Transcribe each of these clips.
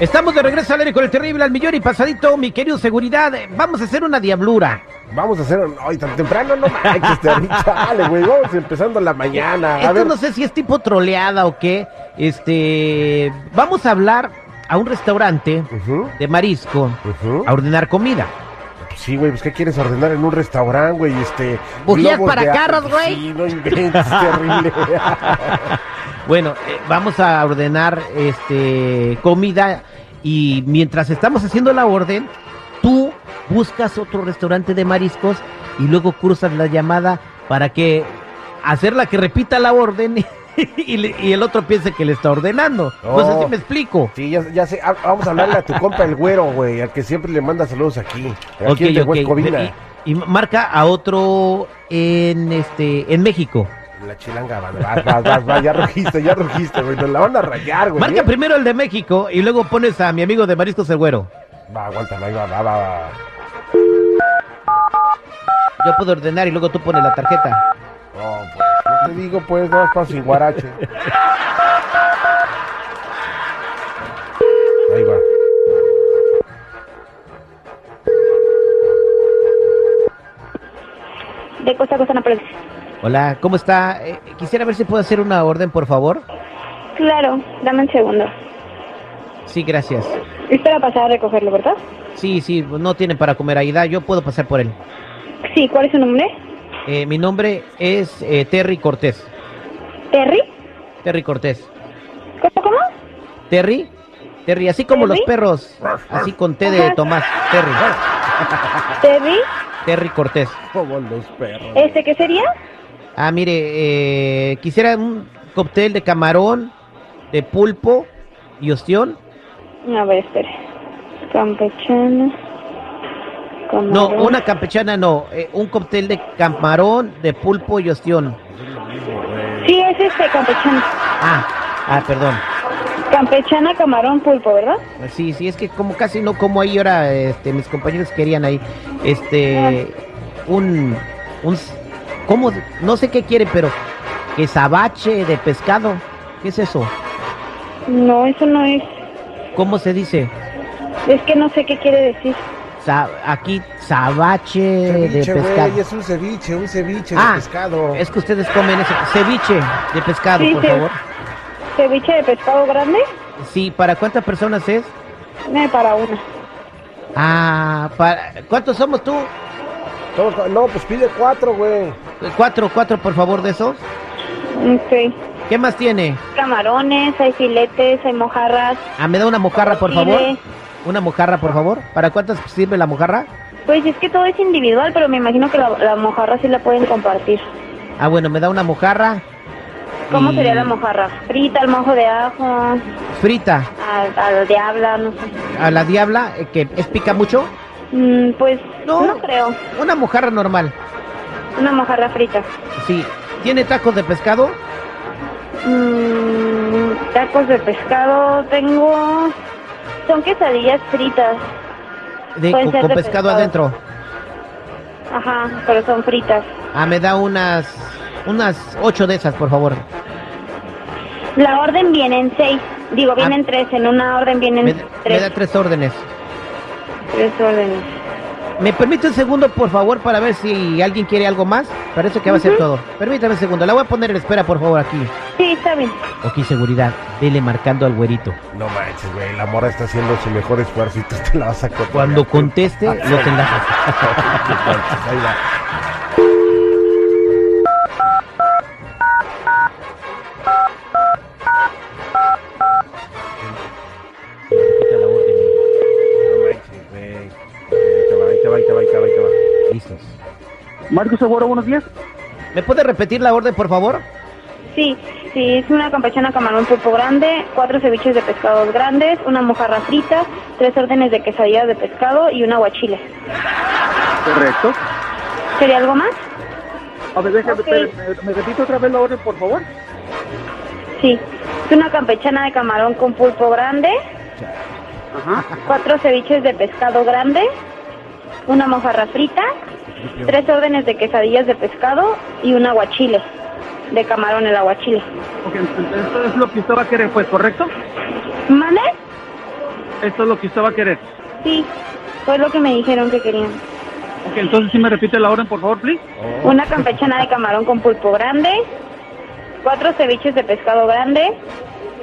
Estamos de regreso al aire con el terrible al millón y pasadito, mi querido seguridad. Eh, Vamos a hacer una diablura. Vamos a hacer un- Ay, tan temprano, no manches, Terry, chale, güey. Vamos empezando la mañana. A Esto ver, no sé si es tipo troleada o qué. Este, vamos a hablar a un restaurante Ujú. de marisco Ujú. a ordenar comida. sí, güey, pues ¿qué quieres ordenar en un restaurante, güey? Este. Bujías globos para de a- carros, güey. Sí, no inventes, terrible. Bueno, eh, vamos a ordenar este comida y mientras estamos haciendo la orden, tú buscas otro restaurante de mariscos y luego cruzas la llamada para que hacerla que repita la orden y, le- y el otro piense que le está ordenando. No sé Oh. si me explico. Sí, ya, ya sé. Ah, Vamos a hablarle a tu compa el güero, güey, al que siempre le manda saludos aquí. Aquí Ok, el de ok. Huescovina. Y, y marca a otro en este en México. La chilanga, vas, vas, vas, vas, vas, ya rugiste, ya rugiste, güey. Nos la van a rayar, güey. Marca ¿eh? primero el de México y luego pones a mi amigo de mariscos el güero. Va, aguántame, ahí va, va, va, va. Yo puedo ordenar y luego tú pones la tarjeta. No, pues, no te digo, pues, no vas para sin guarache. Ahí va. De Costa a Costa Nápoles. Hola, ¿cómo está? Eh, quisiera ver si puedo hacer una orden, por favor. Claro, dame un segundo. Sí, gracias. Es para pasar a recogerlo, ¿verdad? Sí, sí, no tienen para comer ahí, da, yo puedo pasar por él. Sí, ¿cuál es su nombre? Eh, mi nombre es eh, Terry Cortés. ¿Terry? Terry Cortés. ¿Cómo? cómo? Terry, Terry, así como los ¿Terry? perros, así con T de Ajá. Tomás. Terry, ¿Terry? Terry Cortés. Como los perros. ¿Este qué sería? Ah, mire, eh, quisiera un cóctel de camarón, de pulpo y ostión. A ver, espere. Campechana. Camarón. No, una campechana no, eh, un cóctel de camarón, de pulpo y ostión. Sí, es este, campechana. Ah, ah, perdón. Campechana, camarón, pulpo, ¿verdad? Sí, sí, es que como casi no como ahí ahora, este, mis compañeros querían ahí, este, un, un, s- ¿cómo? No sé qué quiere, pero que sabache de pescado, ¿qué es eso? No, eso no es. ¿Cómo se dice? Es que no sé qué quiere decir. Sa- aquí, sabache Ceviche, de pescado. güey, es un ceviche, un ceviche Ah, de pescado. Es que ustedes comen eso, ceviche de pescado, Sí, por sí. favor. ¿Ceviche de pescado grande? Sí, ¿para cuántas personas es? Eh, para una. Ah, para, ¿cuántos somos tú? Todos co- no, pues pide cuatro, güey. Cuatro, cuatro, por favor, de esos. Ok. ¿Qué más tiene? Camarones, hay filetes, hay mojarras. Ah, me da una mojarra, por favor. Chile. Una mojarra, por favor. ¿Para cuántas sirve la mojarra? Pues es que todo es individual, pero me imagino que la, la mojarra sí la pueden compartir. Ah, bueno, me da una mojarra. mm, ¿Cómo y sería la mojarra? Frita, al mojo de ajo, Frita. al, al diabla, no sé. A la diabla, eh, que es pica mucho. Mm, pues No. no. creo. Una mojarra normal. Una mojarra frita. Sí. ¿Tiene tacos de pescado? Mm, tacos de pescado tengo... Son quesadillas fritas. De, Pueden con ser con de pescado pescado. adentro. Ajá, pero son fritas. Ah, me da unas. Unas ocho de esas, por favor. La orden viene en seis. Digo, vienen tres. En una orden vienen Ah. Me, da- me tres. da tres órdenes. Tres órdenes. ¿Me permite un segundo, por favor, para ver si alguien quiere algo más? Parece que va a ser Ujú. todo. Permítame un segundo. La voy a poner en espera, por favor, aquí. Sí, está bien. Ok, seguridad. Dele marcando al güerito. No manches, güey, la mora está haciendo su mejor esfuerzo y tú te la vas a copiar. Cuando conteste, lo tendrás. Ahí va. No manches, güey. Ahí te va, ahí te va, ahí te va, ahí te va, ahí te va. Listos. Marcos Seguro, buenos días. ¿Me puede repetir la orden, por favor? Sí, sí, es una campechana camarón pulpo grande, cuatro ceviches de pescados grandes, una mojarra frita, tres órdenes de quesadillas de pescado y un aguachile. Correcto. ¿Sería algo más? A ver, déjame, Ok. espérame, eh, ¿me repite otra vez la orden, por favor? Sí. Es una campechana de camarón con pulpo grande, Ajá. cuatro ceviches de pescado grande, una mojarra frita, tres órdenes de quesadillas de pescado y un aguachile. De camarón el aguachile. Ok, entonces esto es lo que usted va a querer, pues, ¿correcto? ¿Mande? Esto es lo que usted va a querer. Sí. Fue lo que me dijeron que querían. Ok, entonces sí me repite la orden, por favor, please. Una campechana de camarón con pulpo grande, cuatro ceviches de pescado grande,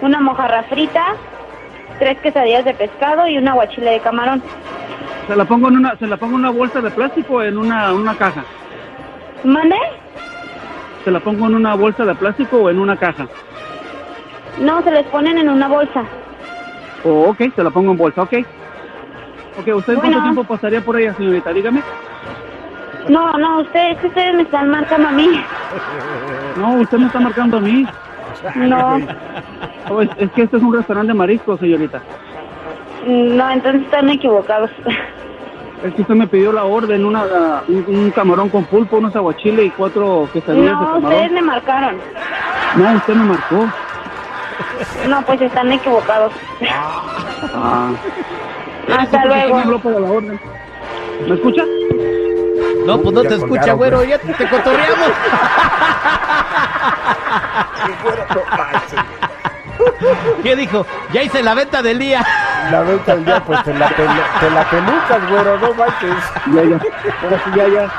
una mojarra frita, tres quesadillas de pescado y un aguachile de camarón. Se la pongo en una, se la pongo en una bolsa de plástico o en una, una caja. ¿Mande? Se la pongo en una bolsa de plástico o en una caja. No, se les ponen en una bolsa. Oh, ok, se la pongo en bolsa, ok. Ok, ¿usted cuánto Bueno. tiempo pasaría por ella, señorita? Dígame. No, no, ustedes, ustedes me están marcando a mí. No, usted me está marcando a mí. No, Oh, es, es que este es un restaurante de mariscos, señorita. no, entonces están equivocados. Es que usted me pidió la orden, una, la- un, un camarón con pulpo, unos aguachiles y cuatro quesadillas de No, camarón. ustedes me marcaron. No, usted me marcó. No, pues están equivocados. Ah. Hasta ¿Por qué me luego. habló para la orden? ¿Me escucha? No, pues no Ya te escucha, colgaron, güero, ya te, te cotorreamos. ¿Qué dijo? Ya hice la venta del día. La venta del día, pues te la, pelu- te la pelucas, güero, no manches. Ya, ya. Ahora sí, ya, ya.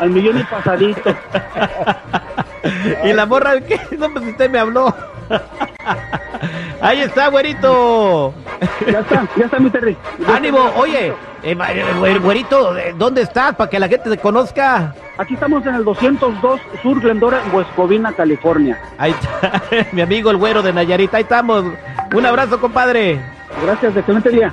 Al millón y pasadito. Y la morra, ¿qué? No, pues usted me habló. Ahí está, güerito. Ya está, ya está mi Terry. Ya Ánimo, está. oye, eh, ma- eh, güer- güerito, eh, ¿dónde estás? Para que la gente te conozca. Aquí estamos en el 202 Sur Glendora, en Huescovina, California. Ahí está, mi amigo el güero de Nayarit. Ahí estamos. Un abrazo, compadre. Gracias, excelente día.